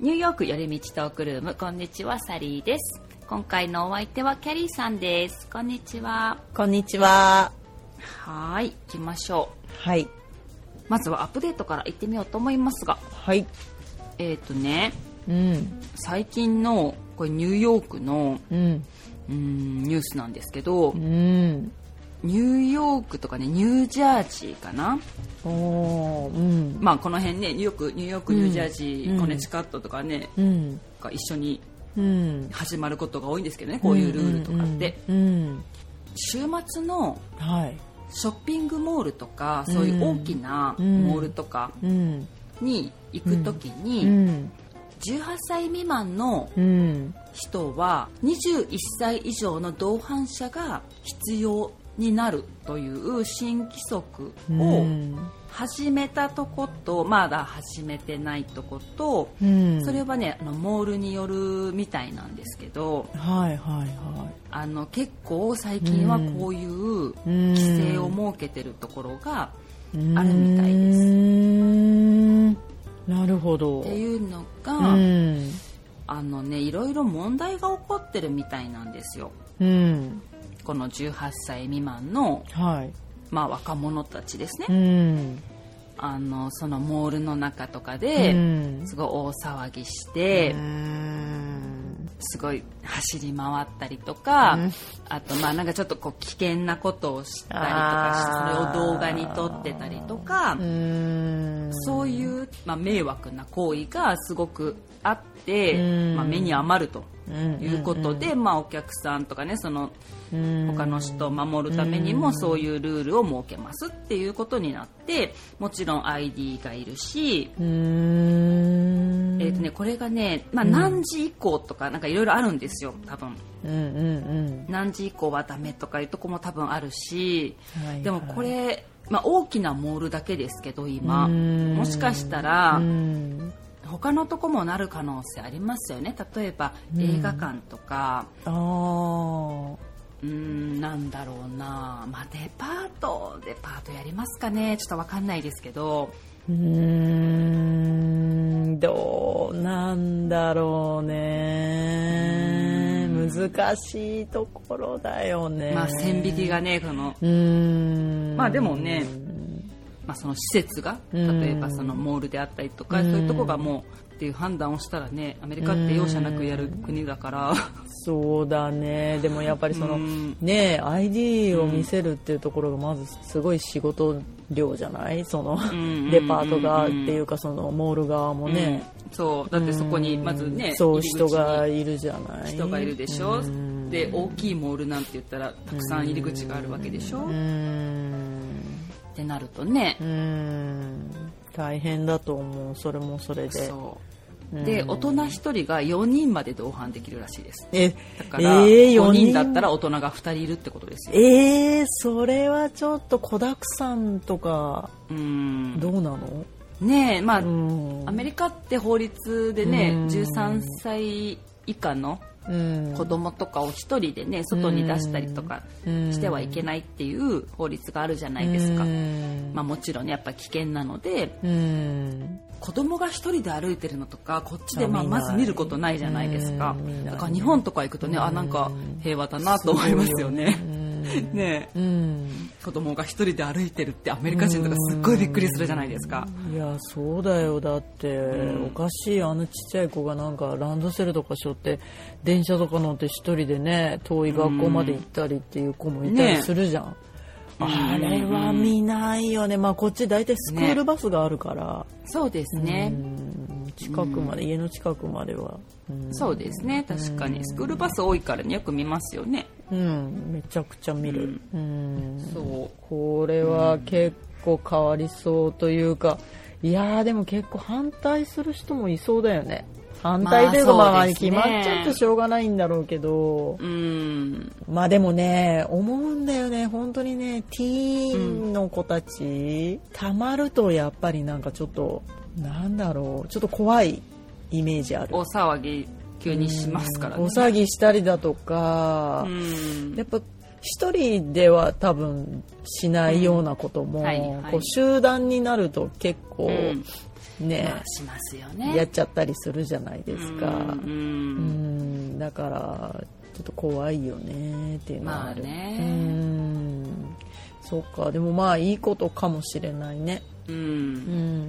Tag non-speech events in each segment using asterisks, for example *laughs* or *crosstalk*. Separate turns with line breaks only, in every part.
ーク寄り道トークルームこんにちはサリーです今回のお相手はキャリーさんですこんにちは
こんにちは。
はーい行きましょ
はい。
うまずはアップデートから行ってみようと思いますが
はい。
えっ、とね
うん。
最近のこれニューヨークの
うん。
うーんニュースなんですけど
うん。
ニューヨークとかねニュージャージーかな
おー。うん。
まあこの辺ねよくニューヨークニュージャージー、
うん
コネチカットとかね
うん。
が一緒に
うん。
始まることが多いんですけどねこういうルールとかって、
うん。うん。
週末の
うんはい。
ショッピングモールとかそういう大きな
うん
モールとか
うん。
に行く時
う
に
ん。
18歳未満の
うん。
人は21歳以上の同伴者が必要になるという新規則を始めたとことまだ始めてないとこと
うん。
それ
を。
はねあのモールによるみたいなんですけど
はいはいは
あの結構最近はこういう
い。うん
規制を設けてるところが
うん
あるみたいです
うんなるほど。
っていうのが、
うん。
あのねいろいろ問題が起こってるみたいなんですよ
うん。
この18歳未満の、
はい。
まあ、若者たちですね、
うん。
あのそのモールの中とかで
うん
すごい大騒ぎして、
うん
すごい走り回ったりとか、
うん
あとまあなんかちょっとこう危険なことをしたりとか
あー
それを動画に撮ってたりとか、
うん
そういう、まあ、迷惑な行為がすごくあって、
うん
まあ、目に余ると
うん
いうことで、まあ、お客さんとかねその
うん
他の人を守るために
う
も
ん
そういうルールを設けますっていうことになってもちろん ID がいるし、
うーん
えーとね、これがね、まあ、
うん
何時以降とかなんかいろいろあるんですよ多分
うんうん
何時以降はダメとかいうとこも多分あるし
うんはい
でもこ
はい
れ、まあ、大きなモールだけですけど今
うん
もしかしたら
うん
他のとこもなる可能性ありますよね例えば
うん
映画館とか
あー
うーんなんだろうな、まあ、デパートデパートやりますかねちょっとわかんないですけど
うーんどうなんだろうね難しいところだよね
まあ、線引きがねこの、
うーん
まあでもねまあ、その施設が
うん
例えばそのモールであったりとかそういうとこがもうっていう判断をしたらねアメリカって容赦なくやる国だから
そうだねでもやっぱりその、
うん
ねえ ID を見せるっていうところがまずすごい仕事量じゃないその
ん
デパート側っていうかそのモール側もね、
そうだってそこにまずね
そ
入
う
り口
人
に
がいるじゃない
人がいるでしょ
うん
で大きいモールなんて言ったらたくさん入り口があるわけでしょ
うーん
ってなるとね
うーん大変だと思うそれもそれで
そうで大人1人が4人まで同伴できるらしいです
え
だから
え
4
ー四
人
人
だったら大人が2人いるってことですよ
えー、それはちょっと子だくさんとか
うん
どうなの、
ねえまあ
うん
アメリカって法律でね
うん
13歳以下の
うん
子供とかを1人でね外に出したりとかしてはいけないっていう法律があるじゃないですか
う、ん
まあ、もちろんねやっぱ危険なので
うん
子供が1人で歩いてるのとかこっちでまあ
あ見な
ま
い
ず見ることないじゃないですか
うん見ない
だから日本とか行くとねあなんか平和だなと思いますよね。ねえ
うん
子供が1人で歩いてるってアメリカ人とかすっごいびっくりするじゃないですか。
いやそうだよだって、
うん
おかしいあのちっちゃい子がなんかランドセルとか背負って電車とか乗って一人でね遠い学校まで行ったりっていう子もいた
ね
りするじゃん、あれは見ないよねまあこっち大体スクールバスがあるから、
そうですね、
うん近くまで、家の近くまではうん、
そうですね確かにスクールバス多いからねよく見ますよね。
うんめちゃくちゃ見る、うん
そ
これは結構変わりそうというか、いやーでも結構反対する人もいそうだよね反対というか、
ま
ま
あ
あ、
そうですね
決まっちゃってしょうがないんだろうけど
ううん
まあでもね思うんだよね本当にねティーンの子たち、たまるとやっぱりなんかちょっとなんだろうちょっと怖いイメージある
大騒ぎ急にしますから
お
ね。
騒ぎしたりだとか、
うん
やっぱ一人では多分しないようなことも、
うんはいはい
こう集団になると結構、
うん
ね
まあ、しますよ
や
ね。
っちゃったりするじゃないですか
うんう
うんだからちょっと怖いよねっていうのはある、
まあね
うんそっかでもまあいいことかもしれないね
う
うん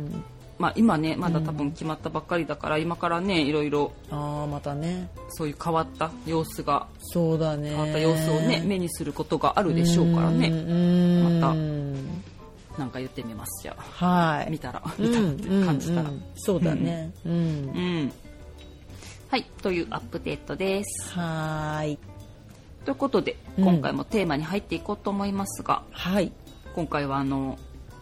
ん
まあ、今ねまだ多分決まったばっかりだから、今からねいろいろ
ああまたね
そういう変わった様子が
そうだね
変わった様子をね、目にすることがあるでしょうから
う
ね
ん
また
うん
なんか言ってみますじゃあ
はい
見たら見たらって感じたら
うんうんそうだねうん
うんはいというアップデートです
はーい
ということで
うん
今回もテーマに入っていこうと思いますが、
はい、
今回はあの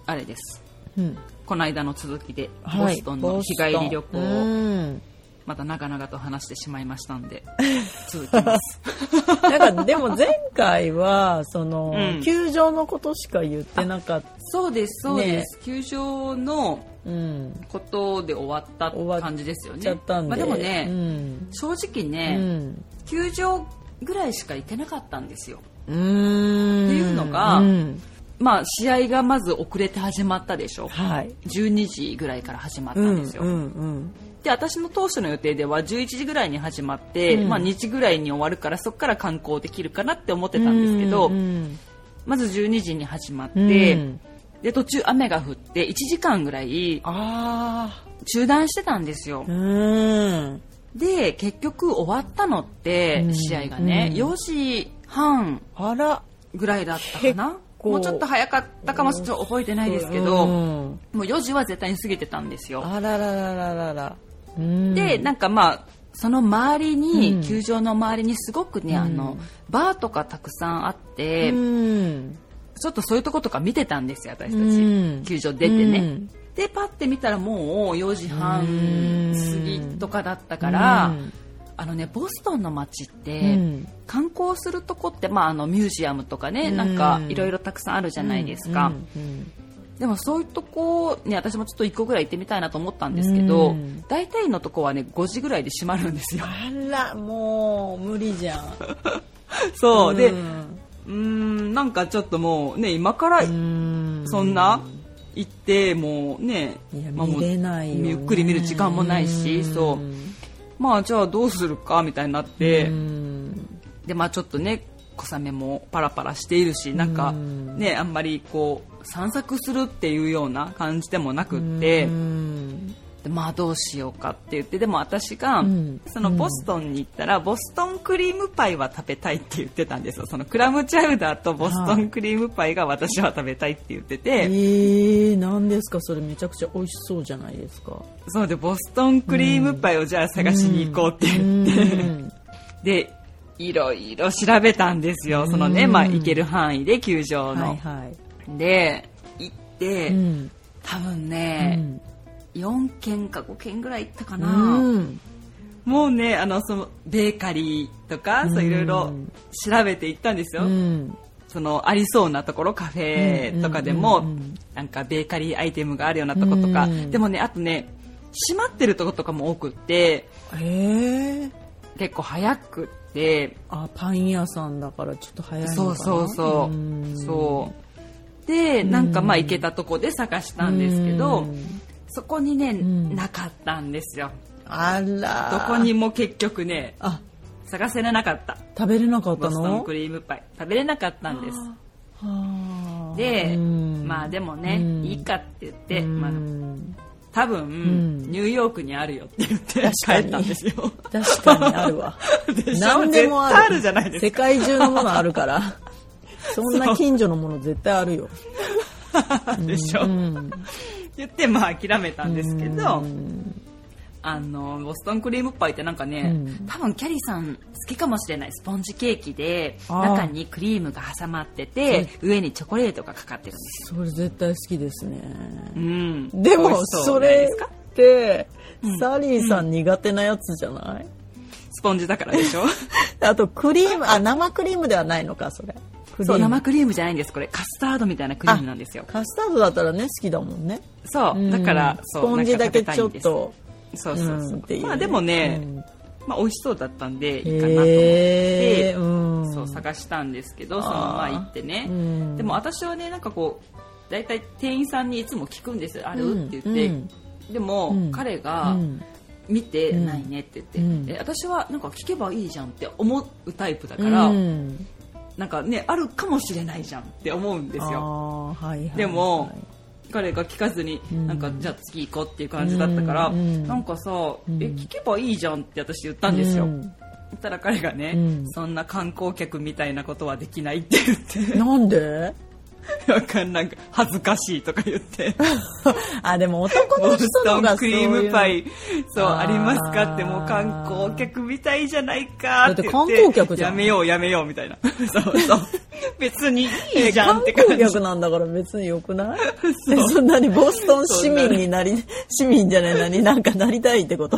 あれです
うん
この間の続きで
はい
ボストンの日帰り旅行
ボストン
を
うん
また長々と話してしまいましたん
*laughs*
で続きます
なんかでも前回はその、
うん
球場のことしか言ってなかった、
そうですそうです、球場の
うん、
ことで終わったって感じですよね
ちゃったんで、
まあ、でもね、
うん
正直
う
ね、
ん
球場ぐらいしか行けなかったんですよ
うーん
っていうのが
うん
まあ試合がまず遅れて始まったでしょ
はい
12時ぐらいから始まった
うんん
ですよ、
うんうん
で私の当初の予定では11時ぐらいに始まって、
うん
まあ、2時ぐらいに終わるからそこから観光できるかなって思ってたんですけど、
うんうん
まず12時に始まって、
うん
で途中雨が降って1時間ぐらい
ああ
中断してたんですよ、
うん
で結局終わったのって
うん
試合がね、
うん
4時半
あら
ぐらいだったかな
結構
もうちょっと早かったかもちょっと覚えてないですけど、
う
も
ん
う4時は絶対に過ぎてたんですよ、
あらららららら、うん、
でなんかまあその周りに、
うん
球場の周りにすごくね、
うん
あのバーとかたくさんあって、
うん
ちょっとそういうとことか見てたんですよ私たち、
うん
球場出てね、
うん
でパッて見たらもう4時半過ぎとかだったから、
うん
あのねボストンの街って、
うん
観光するとこって、まあ、あのミュージアムとかね、なんか
うん
いろいろたくさんあるじゃないですか、
うんうん
でもそういうとこに私もちょっと1個ぐらい行ってみたいなと思ったんですけど、
うん
大体のとこはね5時ぐらいで閉まるんですよ
あらもう無理じゃん。
そうでうんーんなんかちょっともうね今から
うん
そんな行ってもうね
いや
まあも
見
う
れないよね
ゆっくり見る時間もないしそうまあじゃあどうするかみたいになって、
うん
でまあちょっとね小雨もパラパラしているしなんか
うん
ねあんまりこう散策するっていうような感じでもなくって、
うん
でまあどうしようかって言ってでも私が、
うん
そのボストンに行ったら、ボストンクリームパイは食べたいって言ってたんですよそのクラムチャウダーとボストンクリームパイが私は食べたいって言ってて、
えー、何ですかそれめちゃくちゃ美味しそうじゃないです
*laughs*
か。
そうでボストンクリームパイをじゃあ探しに行こうって言
う
って、
ん
でいろいろ調べたんですよそのね、
うん
まあ行ける範囲で球場の。
はいは
で行って、
い。ん
多分
う
ね、
ん
4軒か5軒ぐらい行ったかな、
うん
もうねあのそのベーカリーとか、そういろいろ調べて行ったんですよ、
うん
そのありそうなところカフェとかでも、
うんうんうんうん
なんかベーカリーアイテムがあるようなとことか、
うん
でもねあとね閉まってるとことかも多くって
えー、
結構早くって
あパン屋さんだからちょっと早いのか
そ
な
うそうそう、
ん
そうでなんかまあ行けたとこで探したんですけど、
うん
そこにね、
ん
なかったんですよ
あら
どこにも結局ね
あ
探せれなかった
食べれなかった
ボ
の
ストンクリームパイ食べれなかったんです
はあ
で、
うん
まあでもね、
うん
いいかって言って、
うん
まあ、多分、
ん
ニューヨークにあるよって言って
確
帰
かに
ったんですよ
確かにあるわ
*laughs* でしょ
何でもある
絶対あるじゃないですか
世界中のものあるから
*laughs*
そんな近所のもの絶対あるよ
でしょ、
うん
言ってまあ諦めたんですけど、
うん
あのボストンクリームパイってなんかね、
うん
多分キャリーさん好きかもしれないスポンジケーキで
あー
中にクリームが挟まってて上にチョコレートがかかってるんです
それ絶対好きですね
よ、うん、
で
美
も
味しう
そ
じゃない
れ
ですか
ってサリーさん苦手なやつじゃない
スポンジだからで
*laughs*
しょ
あとクリームあ生クリームではないのかそれクリーム
そう生クリームじゃないんですこれカスタードみたいなクリームなんですよ
カスタードだったらね好きだもんね
そうだから
うん
そ
ス
う
ポンジだけ
なんか
ちょ
食べたい
っ
んです
と
そうそうそう
うんっていうね
まあでもね、
うん
まあ、美味しそうだったんでいいかなと思って、
へーうん
そう探したんですけどそのまま行ってね、
うん
でも私はねなんかこう大体店員さんにいつも聞くんですよあ
う
る
ん
って言って、
うん
でも、
うん
彼
う
が
ん
見て
うん
ないねって言って、
うん
え私はなんか聞けばいいじゃんって思うタイプだから、
うん
なんかねあるかもしれないじゃんって思うんですよ
あーはいはいはい
でも彼が聞かずに、
うん
なんかじゃあ次行こうっていう感じだったから、
うん
なんかさ、
ん
え聞けばいいじゃんって私言ったんですよ、
う
言ったら彼がね、
うん
そんな観光客みたいなことはできないって言って
なんで *laughs*
わかんなんか恥ずかしいとか言って
あでも男
ボ
の
ス
人
ト
の
ン
が
ク
*laughs* そうい
リ
う
ームパイそう
あー
ありますかってもう観光客みたいじゃないかって言
だって観光客じゃん
やめようやめようみたいな *laughs* そうそう別にいいじゃん
観
って
光
感じ
客なんだから別によくないそんなにボストン市民になり市民じゃないなになんかなりたいってこと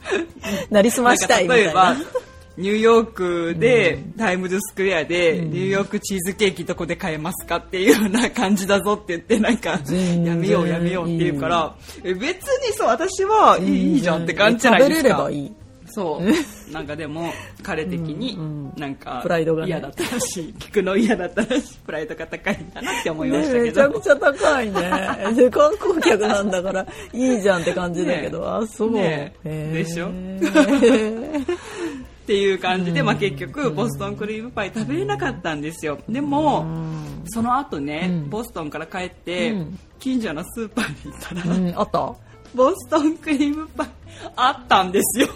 *laughs*
なりすましたいみたいな
なんか例えばニューヨークで、タイムズスクエアで、ニューヨークチーズケーキどこで買えますかっていうような感じだぞって言ってなんか
全然
やめようやめようって言うから、え別にそう私はいいいいじゃんって感じじゃないですか
食べれればいい
そう *laughs* なんかでも彼的になんか
プライドがね
嫌だったらしい *laughs* 聞くの嫌だったらしいプライドが高いんだなって思いました
ね
け
*laughs* めちゃ
ど
くちゃ高いね
*laughs*
で観光客なんだからいいじゃんって感じだけど、
ね
あそう、
ね
へー
でしょ
へー
っていう感じで、まあ、結局ボストンクリームパイ食べれなかったんですよでもその後ね、ボストンから帰って
うん
近所のスーパーに行ったら、
うんあった
ボストンクリームパイあったんですよ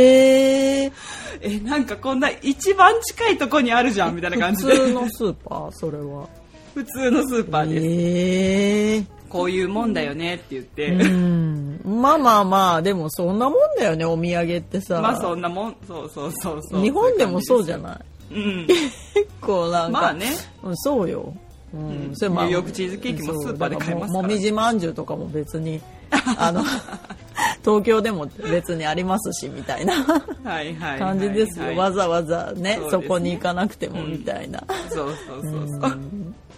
ええー、
えなんかこんな一番近いとこにあるじゃんみたいな感じで
普通のスーパーそれは
普通のスーパーです、
ええ
こういうもんだよねって言って、
うんまあまあまあでもそんなもんだよねお土産ってさ、
まあそんなもんそうそうそうそう
日本でもそうじゃ
い
ないう
感じです
結構なん
うん、
か、
まあね
うんそうよ、うん
うん
れまあ
ニューヨークチーズケーキもスーパーで買えますから
そうだらももみじまんじゅうとかも
*laughs*
別にあの東京でも別にありますしみたいな
はいはいはい
感じですよ、
はい
わざわ
そう
ざね
です
そ
ね
こに行かなくてもみたいな、
そうそうそうそう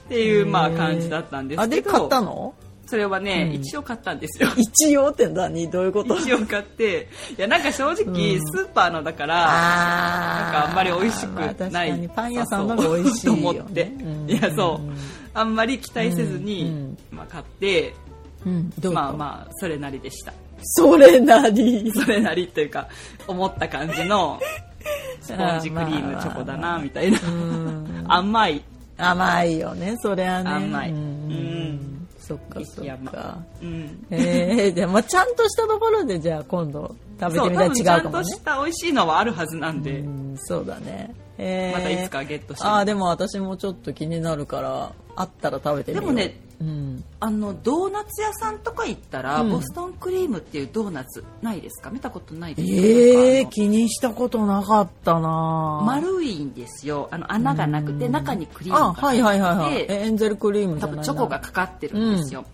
っていうまあ感じだったんですけど
あで買ったの
それはね、一応買ったんですよ
一応って何どういうこと
一応買っていやなんか正直、スーパーのだからなん
あ
かあんまり美味しくない、
まあ確かにパン屋さんの方が美味しい
*laughs* と
よ、ね、
思って、いやそう、あんまり期待せずに、
うんうん
まあ、買って
うん、うん、どういうこと
まあまあそれなりでした *laughs*
それなり
それなりというか思った感じ
*laughs*
のスポンジクリームチョコだなみたいな
うん
*laughs* 甘い
甘いよねそりゃね
甘い
うん
うん
そっかそ
激
っか
甘うん
えー、じゃあ、まあ、ちゃんとしたところでじゃあ今度食べ
そ
て
う
み
多
た
分ち
ら
ゃ
違うんか
と
もね
した美味しいのはあるはずなんで、
うんそうだね、えー
またいつかゲットして
ああでも私もちょっと気になるからあったら食べてみよ
で
う
もね、
うん、
あのドーナツ屋さんとか行ったら、
うん
ボストンクリームっていうドーナツないですか見たことないですか
ええ
なんか
気にしたことなかった
あ
な
の丸いんですよあの穴がなくて中にクリーム
あ
が入っ
はい
てて
はいはいはいえエンゼルクリームじ
多
ゃない
分
な
チョコがかかってるんですよ、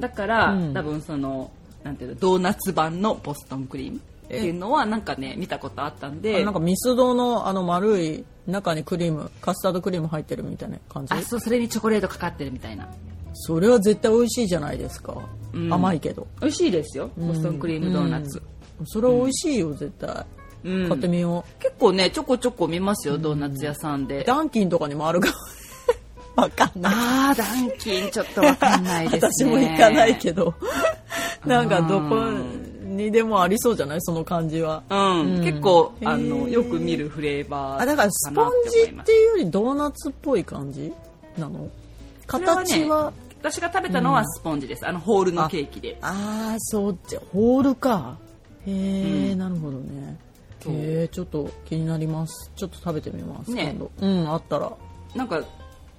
だから、
うん
多分そのなんていうのドーナツ版のボストンクリームっていうのはなんかね見たことあったん
あ
で
なんかミスドのあの丸い中にクリームカスタードクリーム入ってるみたいな感じ
あそうそれにチョコレートかかってるみたいな
それは絶対美味しいじゃないですか、
うん
甘いけど
美味しいですよボストンクリームドーナツ、
それは美味しいよ絶対、
うん
買ってみよ
結構ねちょこちょこ見ますよドーナツ屋さんで
う、ダンキンとかにもあるから *laughs* わかんない
あーダンキンちょっとわかんないです
私
ね
も行かないけどなんか
うん
どこにでもありそうじゃないその感じは
うん、
うん
結構
へー
あのよく見るフレーバー
あだからスポンジっていうよりドーナツっぽい感じなの形
形
は
は私が食べたのはスポンジです、あのホールのケーキで
ああそうじゃホールかへえ、なるほどね
そう
へえちょっと気になりますちょっと食べてみます、
ね
今度うんあったら
なんか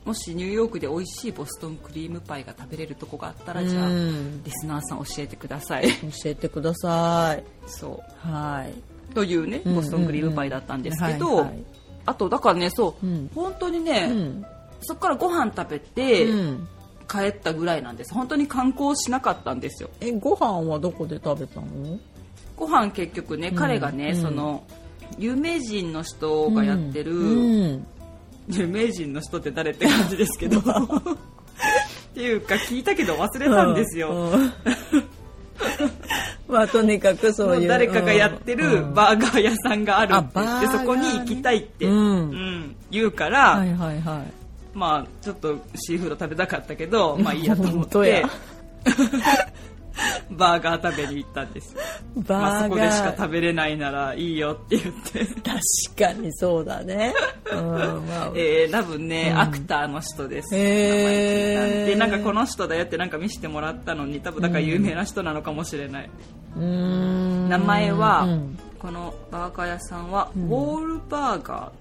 もしニューヨークで美味しいボストンクリームパイが食べれるとこがあったらじゃあ
う
リ
ん
スナーさん教えてくだ
*laughs*
さい
教えてください
そ
はい、
うというね
うん
ボストンクリームパイだったんですけ
うんうん
ど
はいはい
あとだからねそう、
うん
本当に
う
ね、
ん
そこからご飯食べて
うん、
帰ったぐらいなんです本当に観光しなかったんですよ
えご飯はどこで食べたの
ご飯結局ね彼がね、
うん
その有名人の人がやってる、
うんうん
有名人の人って誰って感じです
*laughs*
けどっていうか聞いたけど忘れたんですよ、
うんまあとにかくそういう
誰かがやってる
うん
バーガー屋さんがあるって言
あ
っ
バー
て
ガーね
そこに行きたいって、
うん
うん言うから、
はいはいはい
まあちょっとシーフード食べたかったけどまあいいやと思っ
本当
て
や
*laughs* バーガー食べに行ったんですまあ、
バ
そ
ー
こで
ガ
しか
ー、
食べれないならいいよって言って
確かにそうだね。うん、まあ、
*laughs* えー、多分ね、アクターの人です、
へー
名前聞いたんでなんかこの人だよってなんか見せてもらったのに多分だから有名な人なのかもしれない、
うーん
名前は、
うん
このバーガー屋さんは、
ん
ウォールバーガ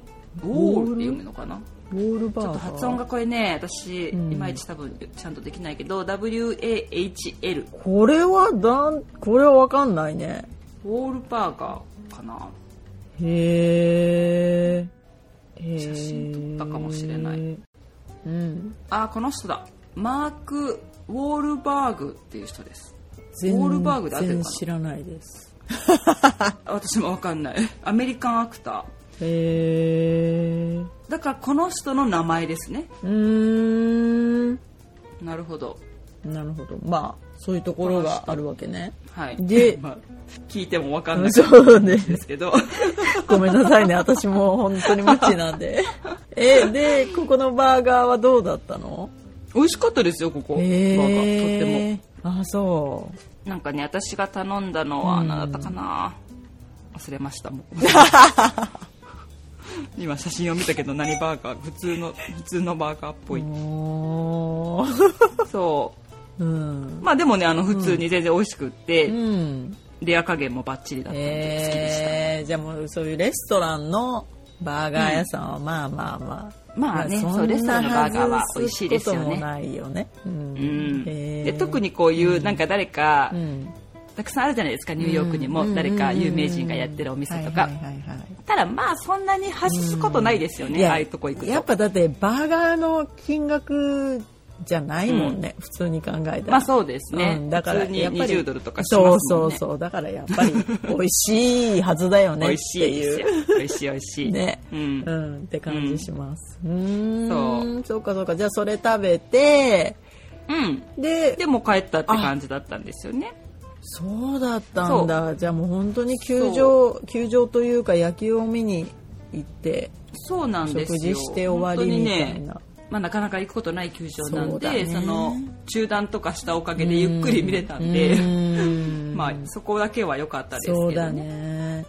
ー
ウォー
ウォールっ
ル
て読むのかな
ウォールバ
ち
ー
ょっ
ガー
と発音がこれね私、
うん
いまいち多分ちゃんとできないけど WAHL
これはだんこれはわかんないね
ウォールバーガーかな
へえ
写真撮ったかもしれない
うん
あこの人だマーク・ウォールバーグっていう人です
全
ウォールバーグで合ってるかな
然知らないです
私もわかんないアメリカンアクタ
へえ
ーだからこの人の名前ですね
うーん
なるほど
なるほどまあそういうところがあるわけね *laughs*
はい
で
*laughs* まあ、聞いてもわかんない
そうね
ですけど *laughs*
ごめんなさいね私も本当に無知なん
*laughs*
でえでここのバーガーはどうだったの
美味しかったですよここバーガーとっても
とってもあそう
なんかね私が頼んだのは何だったかな忘れましたも
*laughs*
う今写真を見たけど何バーガー普通の普通のバーガーっぽい
お
そ
*laughs* うん
うまあでもねあの普通に全然美味しくって、
うん
レア加減もバッチリだったんで好きでした、
えー、じゃあもうそういうレストランのバーガー屋さんはまあまあまあ、
まあね
そんな
そうレストランのバーガーは美味しいですよね
外すこともないよね、うん
うん
え
で
ー
特にこういうなんか誰か、
うん
たくさんあるじゃないですかニューヨークにも誰か有名人がやってるお店とか、
はいはいはいはい
ただまあそんなに外すことないですよね、
や
ああいうとこ行く
やっ
と
ぱだってバーガーの金額じゃないもんね、普通に考えたら
まあそうですね、
うんだから
普通に
やっぱり
20ドルとかしますもんね
そうそうそうだからやっぱり美味しいはずだよね
美
っ
味していですよ
いう
美味しい美味しい、
ね
うん
うんって感じしますうーん
そ
そうかそうかじゃあそれ食べて
うん、
で
でも帰ったって感じだったんですよね
そうだったんだじゃあもう本当に球場球場というか野球を見に行って
そうなんです
食
よ
事して終わりみたい
本当にね
な、
まあ、なかなか行くことない球場なんで
そうだね
その中断とかしたおかげでゆっくり見れたんで
うん
まあそこだけは良かったですけど
そ
ね
うだね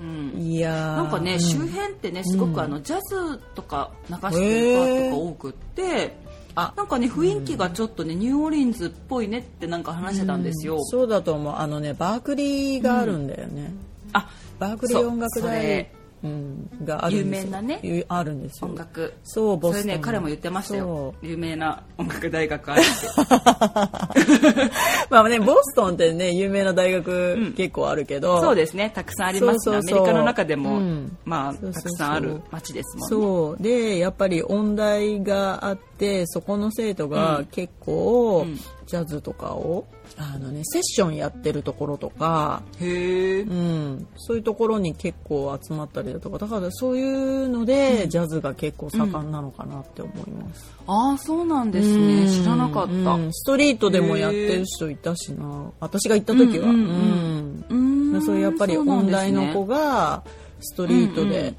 うん
いやー
なんかね、
う
周辺ってねすごくあのジャズとか流してるバーとか多くって、
あ
なんかね雰囲気がちょっとねニューオリンズっぽいねってなんか話してたんですよ、
そうだと思うあのねバークリーがあるんだよね、
あ
バークリー音楽
そうそ
大
れ、
うん、があるんですよ
有名なね
ゆあるんですよ
音楽
そうボ
そ
ストン
れね
の
彼も言ってましたよ
そ
有名な音楽大学あるって
う *laughs* まあねボストンってね有名な大学結構あるけど、
そうですねたくさんありますね
そうそうそう
アメリカの中でも、
うん
まあ
そうそうそ
た
う
くさんある街ですもんね
そうでやっぱり音大があってそこの生徒が結構、
うん
ジャズとかをあの、ね、セッションやってるところとか、
へえ、
うん、そういうところに結構集まったりだとかだからそういうので、ジャズが結構盛んなのかなって思います。
ああそうなんですね知らなかったう
うん
ん
ストリートでもやってる人いたしな私が行った時は。
う
うんん
うんーん
そういうやっぱり
そうなん
音
です
大
ね
の子がストリートで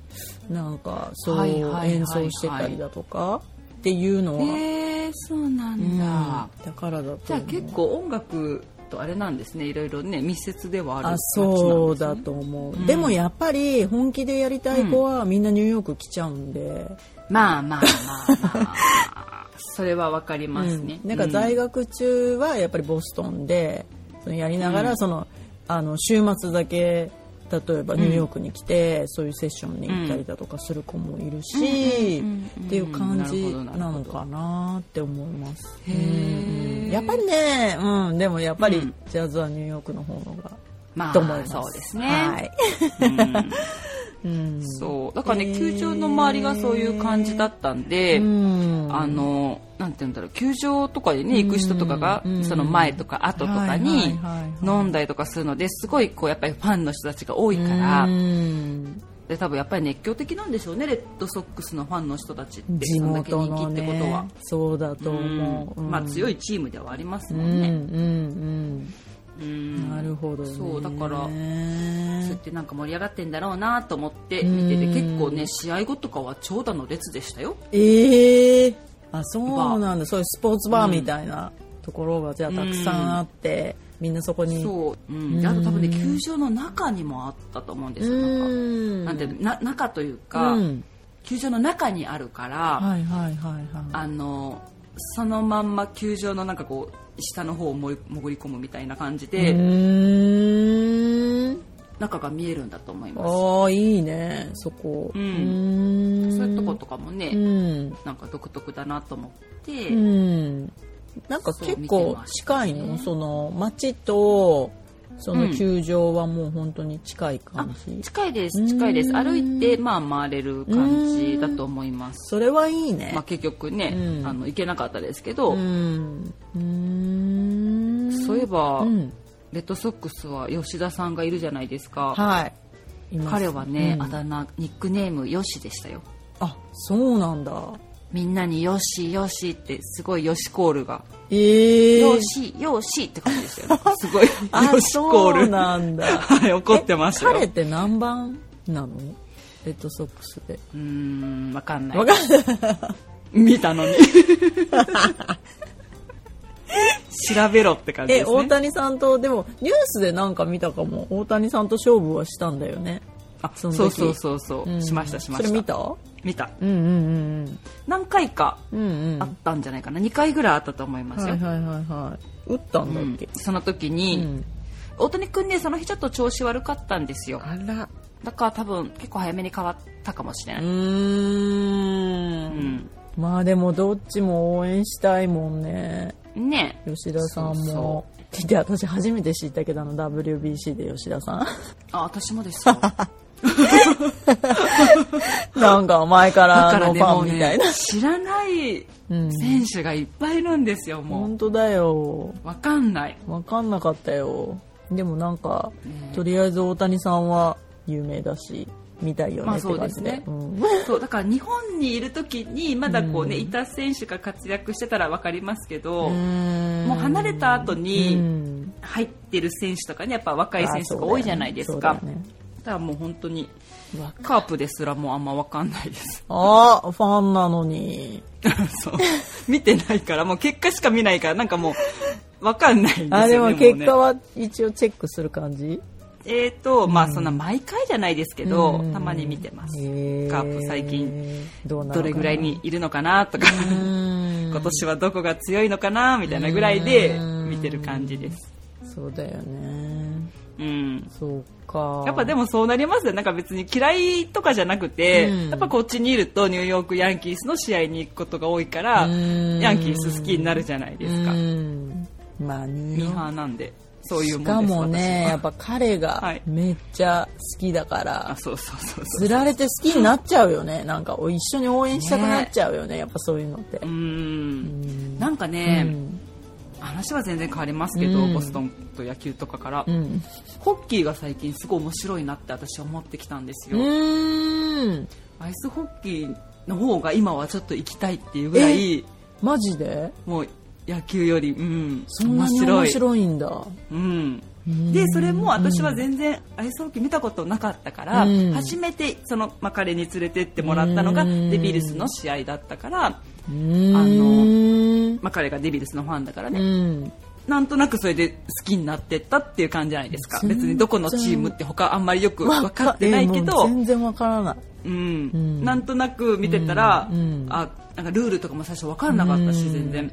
なんかそ
は
う
いはいはいはい
演奏してたりだとかっていうのは、
へえそうな
うんん
だ
だ、からだと
じゃあ
思う
結構音楽とあれなんですねいろいろね密接ではある
あ
街な
そ
ん
う
ですね
だと思う、
ん
でもやっぱり本気でやりたい子はみんなニューヨーク来ちゃうんで、
まあまあまあまあそれはわかりますね、
うんなんか在学中はやっぱりボストンでそのやりながらその、あの週末だけ例えばニューヨークに来て、そういうセッションに行ったりだとかする子もいるし、
うんうんうんうん
っていう
な
感じ
るほどなるほど
なのかなって思います。
へ
う
ー
んやっぱりね、うん、でもやっぱ
う
り
ん
ジャズはニューヨークの方のが、
まあ
と思います。
そうですね、
はい。
うん
うん。
そうだから
へ
ね
ー
球場の周りがそういう感じだったんで、
うん
あのなんて言うんだろう球場とかでね行く人とかが、
うん
その前とか後とか
はいはい
に
はいはい
飲んだりとかするのですごいこうやっぱりファンの人たちが多いから、
うん
で多分やっぱり熱狂的なんでしょうねレッドソックスのファンの人たちって
地
そんだけ
元
人気
の
って
ね
ことは、
そうだと思う、
うんまあ強
い
いチームではあります
うん
も
うん
ね、う
んうんんなるほどね
そうだからそうそうやってなんか盛り上がってんだろうなと思って
うん
見てて結構ね試合後とかは長蛇の列でしたよ
ええあそうなんだそういうスポーツバーみたいなところがじゃあたくさんあって、みんなそこに
そう、うん、であと多分ね球場の中にもあったと思うんですよなんか
ん
なんていううのな中というか、
ん
球場の中にあるから、
はいはいはいは
あのそのまんま球場のなんかこう下の方をもい潜り込むみたいな感じ
い
で、
うーん
中が見えるんだと思います
ああいいねそこ
うん
ーん
そういうとことかもね、
うん
なんか独特だなと思って、
うんなんか
そう
結
見て
構
ました
近
ね
いのその街とそうの
ん
球場はもう本当に近い感じ、
近いで
う
す
ん
近いです歩いてまあ回れる感じだと思います、
それはいいね、
まあ、結局ね、
うん
あの行けなかったですけど、
うんうーん
そういえば、
うん
レッドソックスは吉田さんがいるじゃないですか、
はいいます
彼はね、
うん
あだ名ニックネームヨシでしたよ
あそうなんだ
みんなにヨシヨシってすごいヨシコールが
ええ
よーし、よーしって感じでしたよ。すごい。
*laughs* あ
よしコー
そう
ル。
なんだ
*laughs* はい、怒ってました
彼
よ
っ。て何番なのレッドソックスで
うーん、わかんない
わ。かんない
見たのに。調べろって感じで
え
す
大
ね。
谷さんとでもニュースでなんか見たかも大谷さんと勝負はしたんだよね
あ、
そ
そ
の時
うそうそうそうう。
ん
しましたしました。
それ見た
見た。
うんうん
何回か
うんうんうんうん
あったんじゃないかな。2回ぐらいあったと思います
はい
よ。
はいはいはい打ったんだ
う
っ
ん
け、
その時
う
に、
ん
大谷くんね、その日ちょっと調子悪かったんですよ。
あら
だから多分結構早めに変わったかもしれな
う
い。
ー
うんん。
まあでもどっちも応援したいもんね
ね
吉田さんも
そうそ
って言って私初めて知ったけどあの WBC で吉田さ
あ、私もですよ。
ん *laughs* なんか前か
だ
ら
から
の
ね、
フ
もう
ァンみたいな、
ね、知らない
うん、
選手がいっぱいいるんですよ、も
本当だよ
う。わかんない。
分かんなかったよでもなんか
ね
とりあえず大谷さんは有名だし見たいよ
ま
ね
あ
って
そう
感
で
じ
す
で,、
ね
うん
そう、だから日本にいる時に、まだこうね、
うん
いた選手が活躍してたらわかりますけど、
も
もう離れた後に
ん、
入ってる選手とかね、やっぱ若い選手が多いじゃないですか。
あ
だ
そうだよね
からもう本当に
そうだよね
カープですらもうあんまわかんないです。
あーファンなのに
そう。 *laughs* 見てないから、もう結果しか見ないから、なんかもう、わかんないんですよね。
あでも
うね
結果は一応チェックする感じ
えーと、まあそんな毎回じゃないですけど、
うん
たまに見てます。
へ
カープ最近
どうなのかな
どれぐらいにいるのかなとか、
うん
今年はどこが強いのかなみたいなぐらいで
うん
見てる感じです。
そうだよね
うん。
そうか
やっぱでもそうなりますよ。なんか別に嫌いとかじゃなくて、
うん
やっぱこっちにいるとニューヨークヤンキースの試合に行くことが多いから、
うん
ヤンキース好きになるじゃないですか
う。んまあニュ
ミ
ー
ー
ヨーク
ハーなんで、そういう
し
も
か
んです。
もね
私は
やっぱ
*laughs*
彼
は
が
い
めっちゃ好きだから、
あ、そうそうそうそう。
釣られて好きになっちゃうよねなんかお一緒に応援したくなっちゃうよ
*laughs*
ねやっぱそういうのって
う、ん。なんか
う
ね、
ん
話は全然変わりますけど、
うん
ボストンと野球とかから、
うん
ホッキーが最近すごい面白いなって私は思ってきたんです
う
よ、
ーん
アイスホッキーの方が今はちょっと行きたいっていうぐらい
マジで
もう野球より、うん、
そんなに面白いんだ
うん
うん
でそれも私は全然アイスホッキー見たことなかったから、
うん
初めてその、まあ、彼に連れてってもらったのが
うん
デビルスの試合だったから、
うーん
あの
うん
まあ、彼がデビルスのファンだからね、
うん
なんとなくそれで好きになってったっていう感じじゃないですか
全然
別にどこのチームって他あんまりよく分かってないけ
え
ど
もう、全然わからない
うん
ん
なんとなく見てたら、
うんうん
あなんかルールとかも最初分かんなかったし、
う
全
ん
然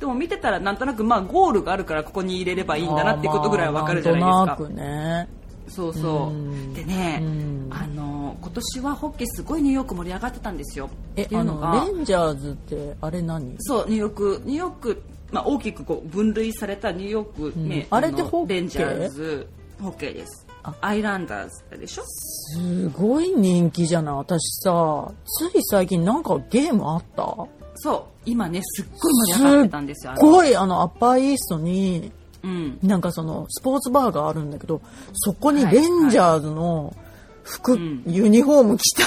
でも見てたらなんとなくまあゴールがあるからここに入れればいいんだなっていうことぐらいは分かるじゃない
まあ
ですか、
なんとなくね
そうそう、
うん
でね、
うん
あの今年はホッケーすごいニューヨーク盛り上がってたんですよ
え
ってい
あ
うの
の
が
レンジャーズってあれ何
そうニューヨークニューヨーク、まあ、大きくこう分類されたニューヨークね、
うんあれって
の
ホッケー
レンジャーズホッケーです
あ
アイランダーズでしょ
すごい人気じゃない私さつい最近なんかゲームあった
そう今ねすっごい盛り上がってたんですよあ
すっ
の
ごいあのアッパーイーストに
うん
なんかそのスポーツバーがあるんだけどそこに
はい
レンジャーズの服、
うん
ユニフォーム着た、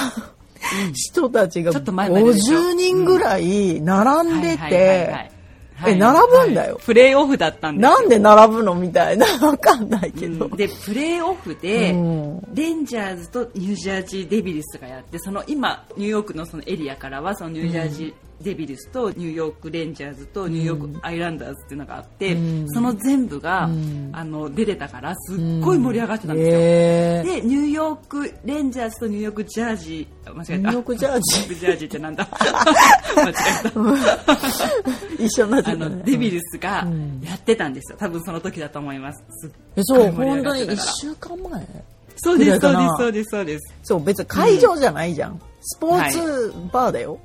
人たちが
ちょっと前まででしょ
50人ぐらい並んで
はいはいはいはい
て
はい
え並ぶんだよ
プレーオフだったんですよ
なんで並ぶのみたいな *laughs* わかんないけど、
うんでプレーオフで、
うん
レンジャーズとニュージャージーデビルスがやってその今ニューヨークのそのエリアからはそのニュージャージーデビルスとニューヨーク・レンジャーズとニューヨーク・アイランダーズっていうのがあって、
うん
その全部が、
うん
あの出てたからすっごい盛り上がってたんですよ。
えー
でニューヨーク・レンジャーズとニューヨーク・ジャージーあ間違えた
ニューヨークジャージ
ニューヨークジャージーってなんだ間違えた
一緒になっちゃ
あ
ったね
のデビルスが
うん
やってたんですよ多分その時だと思いますすっ
えそう
盛り上
本
が
当
っ
に
てたから
1週間前
そうです
ぐ
そう
らい
です
かな
そうですそうです
そう別に会場じゃないじゃん、スポーツバーだ
う
よ、
ん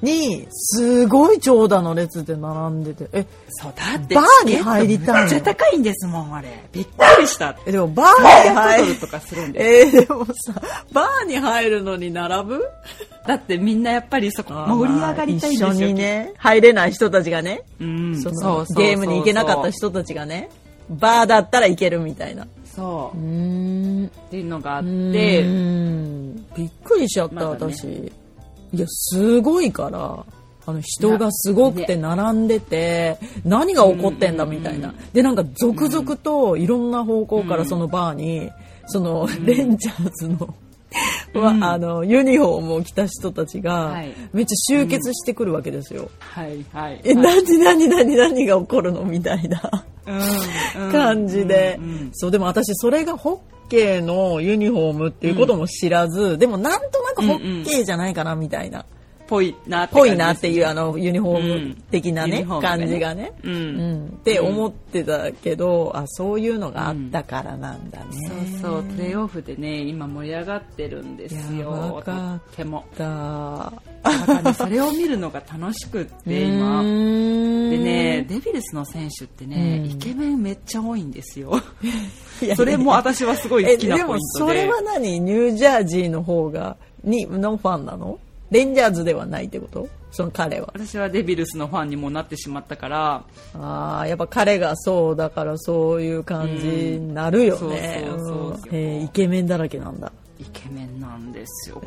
にすごい長蛇の列で並んでてえ
そうだって
バーに入りたいの
めっちゃ高いんですもんあれびっくりした
えでもバー
500
に
ド
入
ルとかするんで
えーでもさバーに入るのに並ぶ
だってみんなやっぱりそこ盛り上がりたいんですよ
一緒にね入れない人たちがね、
うん
その
そうそう
ゲームに行けなかった人たちがねバーだったら行けるみたいな
そうう
ーん
っていうのがあっ
で
て
びっくりしちゃった、
まだね
私いやすごいからあの人がすごくて並んでて、何が起こってんだみたいな、でなんか続々といろんな方向からそのバーに、そのレンジャーズの。は
うん
あのユニフォームを着た人たちが
はい
めっちゃ集結してくるわけですよ。
はいはい
え何何何何が起こるのみたいな。
うんうん
感じで、
うんうん
そうでも私それがホッケーのユニフォームっていうことも知らず、でもなんとなくホッケーじゃないかなみたいな、
ぽいなって
ぽ
感じ
いなっていうあのユニフォーム的な
うんユ
ね、
ニフォームがね
感じがね、
うん
って思ってたけどあそういうのがあったからなんだね、
そうそうプレーオフでね今盛り上がってるんです
いや
よ
わ
と
かっ
っても
だ
だからねそれを見るのが楽しくって今
うーん
でねデビルスの選手ってね
うん
イケメンめっちゃ多いんですよ
*laughs* いや
それも私はすごい
え
好きな
で
ポイ
も
ント
そ
で
れは何ニュージャージーの方がにのファンなのレンジャーズではないってことその彼は
私はデビルスのファンにもなってしまったから
ああやっぱ彼がそうだからそういう感じになるよね、
うんそうそうそう
うんへーイケメンだらけなんだ *laughs*
イケメンなんですよ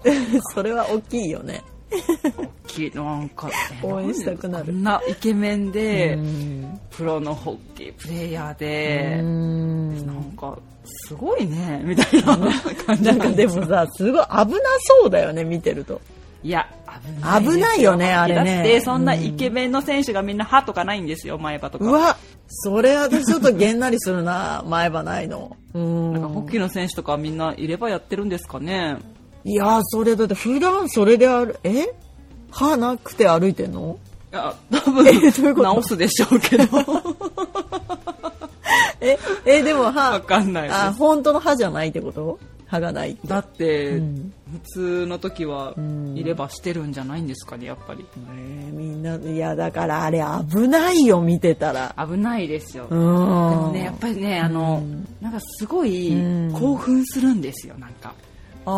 それは大きいよね
大きいなんかね
応援したくなる
こんなイケメンで
うん
プロのホッケープレーヤー
う
で
ん
なんかすごいねみたいな感じ
なんかでもさすごい危なそうだよね見てると
いや
危ないよねあれね
だってそんなイケメンの選手がみんな歯とかないんですよ前歯とか
うわそれ私ちょっとげんなりするな *laughs* 前歯ないのうん
なんかホッケーの選手とかはみんないればやってるんですかね
いやーそれだって普段それであるえ歯なくて歩いてんの
いや多分
*laughs* えどういうこと
直すでしょうけど
ええでも歯
わかんないです
あ本当の歯じゃないってこと歯がない
だって、
ん
普通の時は
ん
いればしてるんじゃないんですかねやっぱり
ねえみんないやだからあれ危ないよ見てたら
危ないですよ、
う
でも
ん
ねやっぱりねあの、なんかすごい
うん
興奮するんですよなんか
あ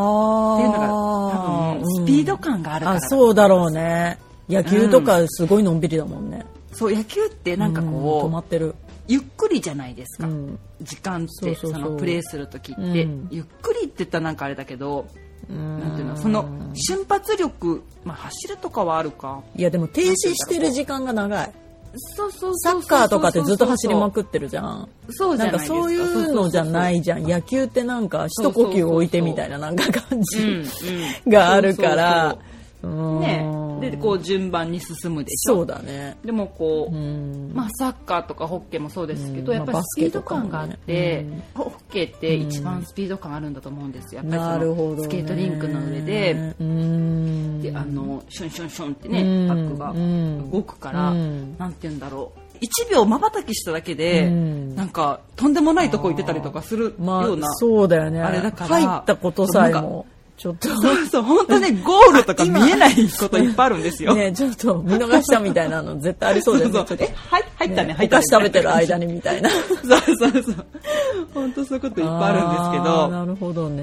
ー
っていうのが多分スピード感があるから、
あそうだろうね野球とかすごいのんびりだもんね、
そう野球ってなんかこう、
うん止まってる
ゆっくりじゃないですか、
うん
時間って
そうそうそう
のプレーする時って、
うん
ゆっくりって言ったらなんかあれだけど、なんていうの
うん
その瞬発力、まあ、走るとかはあるか
いやでも停止してる時間が長い
そうそう
サッカーとかってずっと走りまくってるじゃん
そうじ
な
ゃない
んか
ですか
そういうのじゃないいじゃん野球ってなんか一呼吸置いてみたいななんか感じ、があるから。うーん
ねでこう順番に進むでしょ
そうだね。
でもこう、
うん
まあ、サッカーとかホッケーもそうですけど、
うん
やっぱ
まあ
り
バス
ス
ケ
ピー
と
ド
かもね
感があって、
うん
ホッケーって一番スピード感あるんだと思うんですよ、やっぱ
な
り
る
そ
ほ
の
どね。
スケートリンクの上で、
うん
であのシュンシュンシュンってね、
うん
バックが動くから、
うん
なんて言うんだろう1秒まばたきしただけで、
うん
なんかとんでもないとこ行ってたりとかするような、
まあ、そうだよね。
あれだから
入ったことさえ
なん
も、ちょっと。
そうそう本当ねゴールとか見えないこといっぱいあるんですよ。
ねちょっと見逃したみたいなの絶対ありそうだよね。
そうそうえはい入ったね
ね
入
お
ったね
菓子食べてる
みた
間
い
にみたいな。いっ
な *laughs* そうそうそう本当そういうこといっぱいあるんですけど
なるほどね。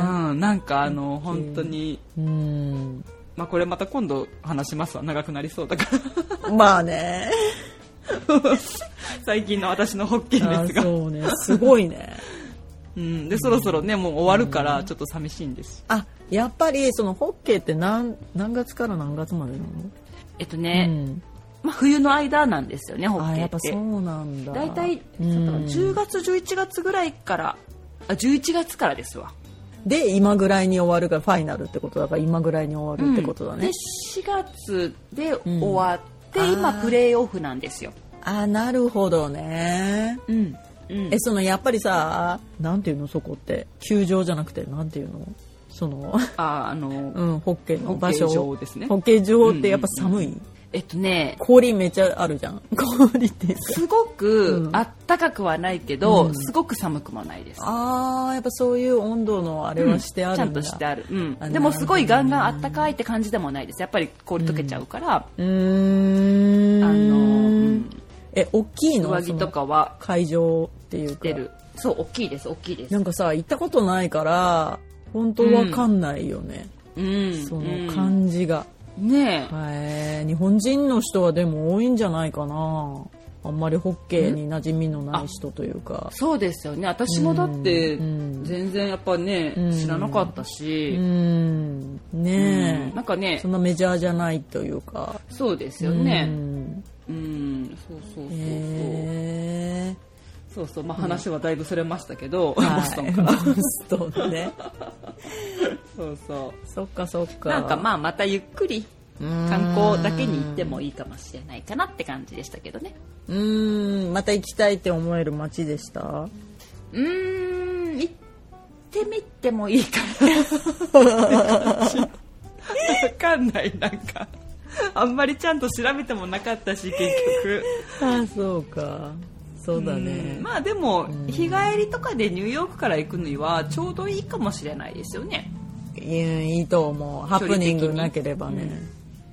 うん、なんかあの本当に、
うん。
まあ、これまた今度話しますわ長くなりそうだから
*laughs* まあね。
最近の私のホッケー
あ
*laughs* ですがう、
そうね。すご
*laughs*
いね。
ん、でそろそろねもう終わるからちょっと寂しいんです、
あやっぱりそのホッケーって何何月から何月までなの、
えっとね、
うん
まあ、冬の間なんですよねホ
あ
ッケ
や
ー
っぱ
っ
そ
て
うなんだ
大体、
うん
10月11月ぐらいからあ11月からですわ
で今ぐらいに終わるがファイナルってことだから今ぐらいに終わるってことだ
で
ね
4、月で終わって、
うんあ
今
ー
プレーオフなんですよ、
あなるほどね
うんうん
えそのやっぱりさなんていうのそこって球場じゃなくてなんていうのその、 *laughs*
あーあの
うん、ホッケーの場所
ホッケー場ですね
ホッケー場ってやっぱ寒い、
えっとね
氷めちゃあるじゃん *laughs* 氷っていうか
すごく
うん
あったかくはないけど、
うん
すごく寒くもないです
あーやっぱそういう温度のあれはしてあ
ちゃ
るん
ん
だ、
としてある、うん
あ
でも
なるほどね
すごいガンガンあったかいって感じでもないですやっぱり氷溶けちゃうから、
うーん
あのうん
え大きいの
上着と
その
かは
会場っていうか
出るそう大きいです大きいです
なんかさ行ったことないから本当わかんないよね、
うん
その感じが、
うんね
へー日本人の人はでも多いんじゃないかなあんまりホッケーに馴染みのない人というか
え、そうですよね私もだって
うん
全然やっぱね、
うん
知らなかった
う
し、
んねえ、
なんかね
そんなメジャーじゃないというか
そうですよ
う
ね
ん
うん、そうそうそうそう、
へえ
そうそうまあ話はだいぶそれましたけど、
はい
ボストンから
ボストンね
そうそう
そっかそっか
なんか
あ
まあまたゆっくり観光だけに行ってもいいかもしれないかなって感じでしたけどね
うーんまた行きたいって思える街でした
うーん行ってみてもいいかなわかんないなんかあんまりちゃんと調べてもなかったし結局
*laughs* ああそうかそうだね
うんまあでも日帰りとかでニューヨークから行くにはちょうどいいかもしれないですよね
いやいいと思うハプニングなければね、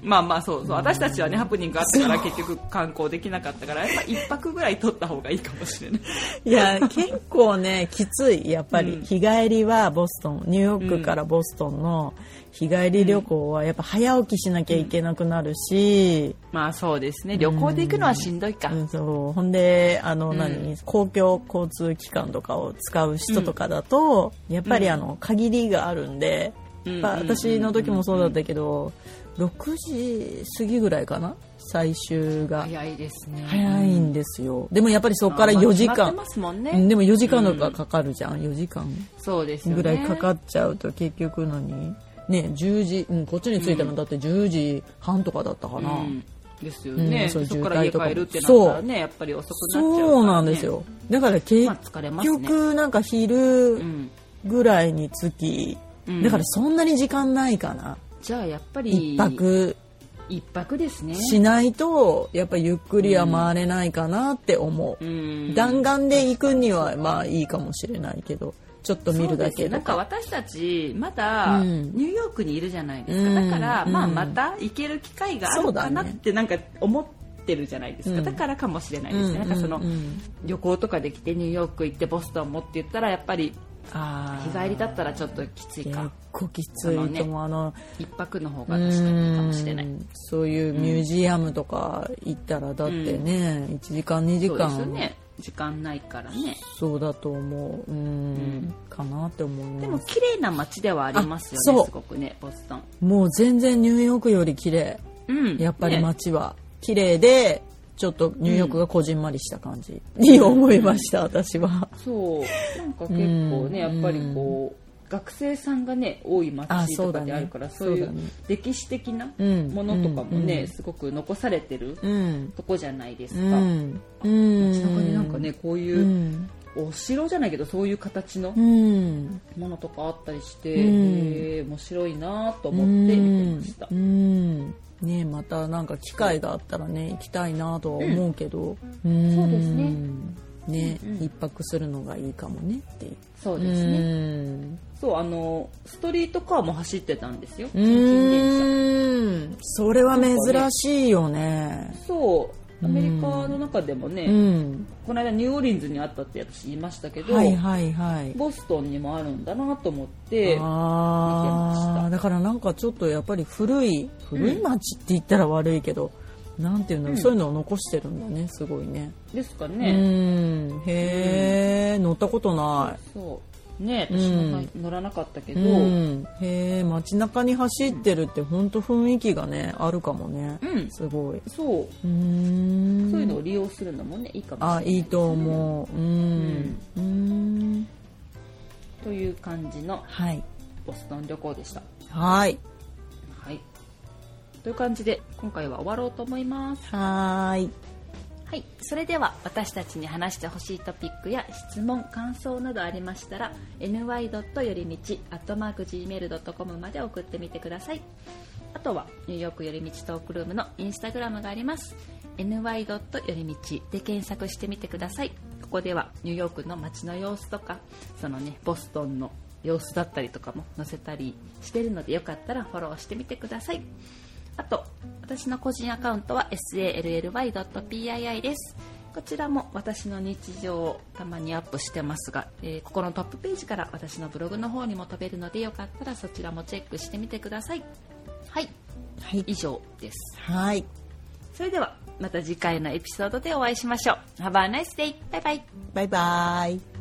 まあまあそうそう私たちはねハプニングあったから結局観光できなかったからやっぱ一泊ぐらい取った方がいいかもしれない
いや結構ね *laughs* きついやっぱり、
うん
日帰りはボストンニューヨークからボストンの日帰り旅行はやっぱ早起きしなきゃいけなくなるし、
まあそうですね旅行で行くのはしんどいか、
うんそうほんであの、何公共交通機関とかを使う人とかだと、やっぱりあの限りがあるんで、
うん
やっぱ私の時もそうだったけど、6時過ぎぐらいかな最終が
早いですね
早いんですよでもやっぱりそこから
まあ
4時
決まっ
間
て、ますもんね、
うんでも4時間とかかかるじゃん、4時間
そうですよね
ぐらいかかっちゃうと結局何ね10時、うん、こっちに着いたのだって10時半とかだったか
う
な、
んですよね、
うんそ
そう
いう
こから家帰るってなっ
渋滞と
た
からも
ねやっぱり遅くなっちゃうから、ね、
そうなんですよだから結
まあ疲れますね
局なんか
う
昼
ん
ぐらいにつき、
うん
だからそんなに時間ないかな、
じゃあやっぱり
一泊
一泊ですね
しないとやっぱゆっくりは回れないかなって思う、
うん
弾丸で行くにはまあいいかもしれないけどちょっと見るだ
そうです
け
よな
と
んか
か
私たちまだ
うん
ニューヨークにいるじゃないですか、
うん
だから、
うん
まあ、また行ける機会があ
そ
る
うだ
か
ね
なってなんか思ってるじゃないですか、
うん
だからかもしれないですね、なんかその
ううん
旅行とかで来てニューヨーク行ってボストンもって言ったらやっぱり
あ
日
ー
帰りだったらちょっときつい
結
か
構きついと思う
あのね
あの
一泊の方が確かにかもしれない
うんそういうミュージアムとか行ったらだってね、1時間2時
そうで
間
すよね時間ないからね
そうだと思ううん、かなって思います
でも綺麗な街ではあります
あ
よ
そ
ね
う
すごくねボストン
もう全然ニューヨークより綺麗
うん
やっぱり
ね
街は綺麗でちょっとニューヨークがこじんまりした感じに思いました、私は
そうなんか結構
うん
ねやっぱりこう学生さんがね多い
あ
街
そ
と
うだ
か
ね
であるからそういう
そうだね
歴史的な
うん
ものとかも
うんう
ね
ん
すごく残されてる
うん
とこじゃないです
う
か
んうん
街中になんかねこう
う
いうんお城じゃないけどそういう形の
うん
ものとかあったりして、
うん
へー面白いなと思って見てました
う。んねまたなんか機会があったらね行きたいなとは思うけど、うん
そうですね
ね
うんうん
一泊するのがいいかもねっていう
そうですね。
うん
そうあのストリートカーも走ってたんですよ。
う
近電車。
ーんそれは珍しいよね。
そうアメリカの中でもね、
うん、
この間ニューオーリンズにあったって私言いましたけど、
はいはいはい。
ボストンにもあるんだなと思って、見てま
あ
し
あ、だからなんかちょっとやっぱり古い古い町って言ったら悪いけど、なんていうんだろう、
うん
そういうのを残してるんだねすごいね。
ですか
う
ね。
ん、へえ、乗ったことない。
そうね私も
うん
乗らなかったけ
う
ど、うん、
ん、へえ街中に走ってるって本当雰囲気がねあるかもね、すごい
そう
うーん
そういうのを利用するのもねいいかもしれな
あ
い。
いいと思ううん、うん
という感じの
はい
ボストン旅行でした。
はい
はい。という感じで今回は終わろうと思います。
はーい
はい。それでは私たちに話してほしいトピックや質問、感想などありましたら ny. よりみち .gmail.com まで送ってみてください。あとはニューヨークよりみちトークルームのインスタグラムがあります。ny. よりみちで検索してみてください。ここではニューヨークの街の様子とか、そのね、ボストンの様子だったりとかも載せたりしてるのでよかったらフォローしてみてください。あと、私の個人アカウントは sally.pii です。こちらも私の日常をたまにアップしてますが、えーここのトップページから私のブログの方にも飛べるのでよかったらそちらもチェックしてみてください。はい、
はい
以上です。
はい
それではまた次回のエピソードでお会いしましょう。Have a nice day! バイバイ
バイバイ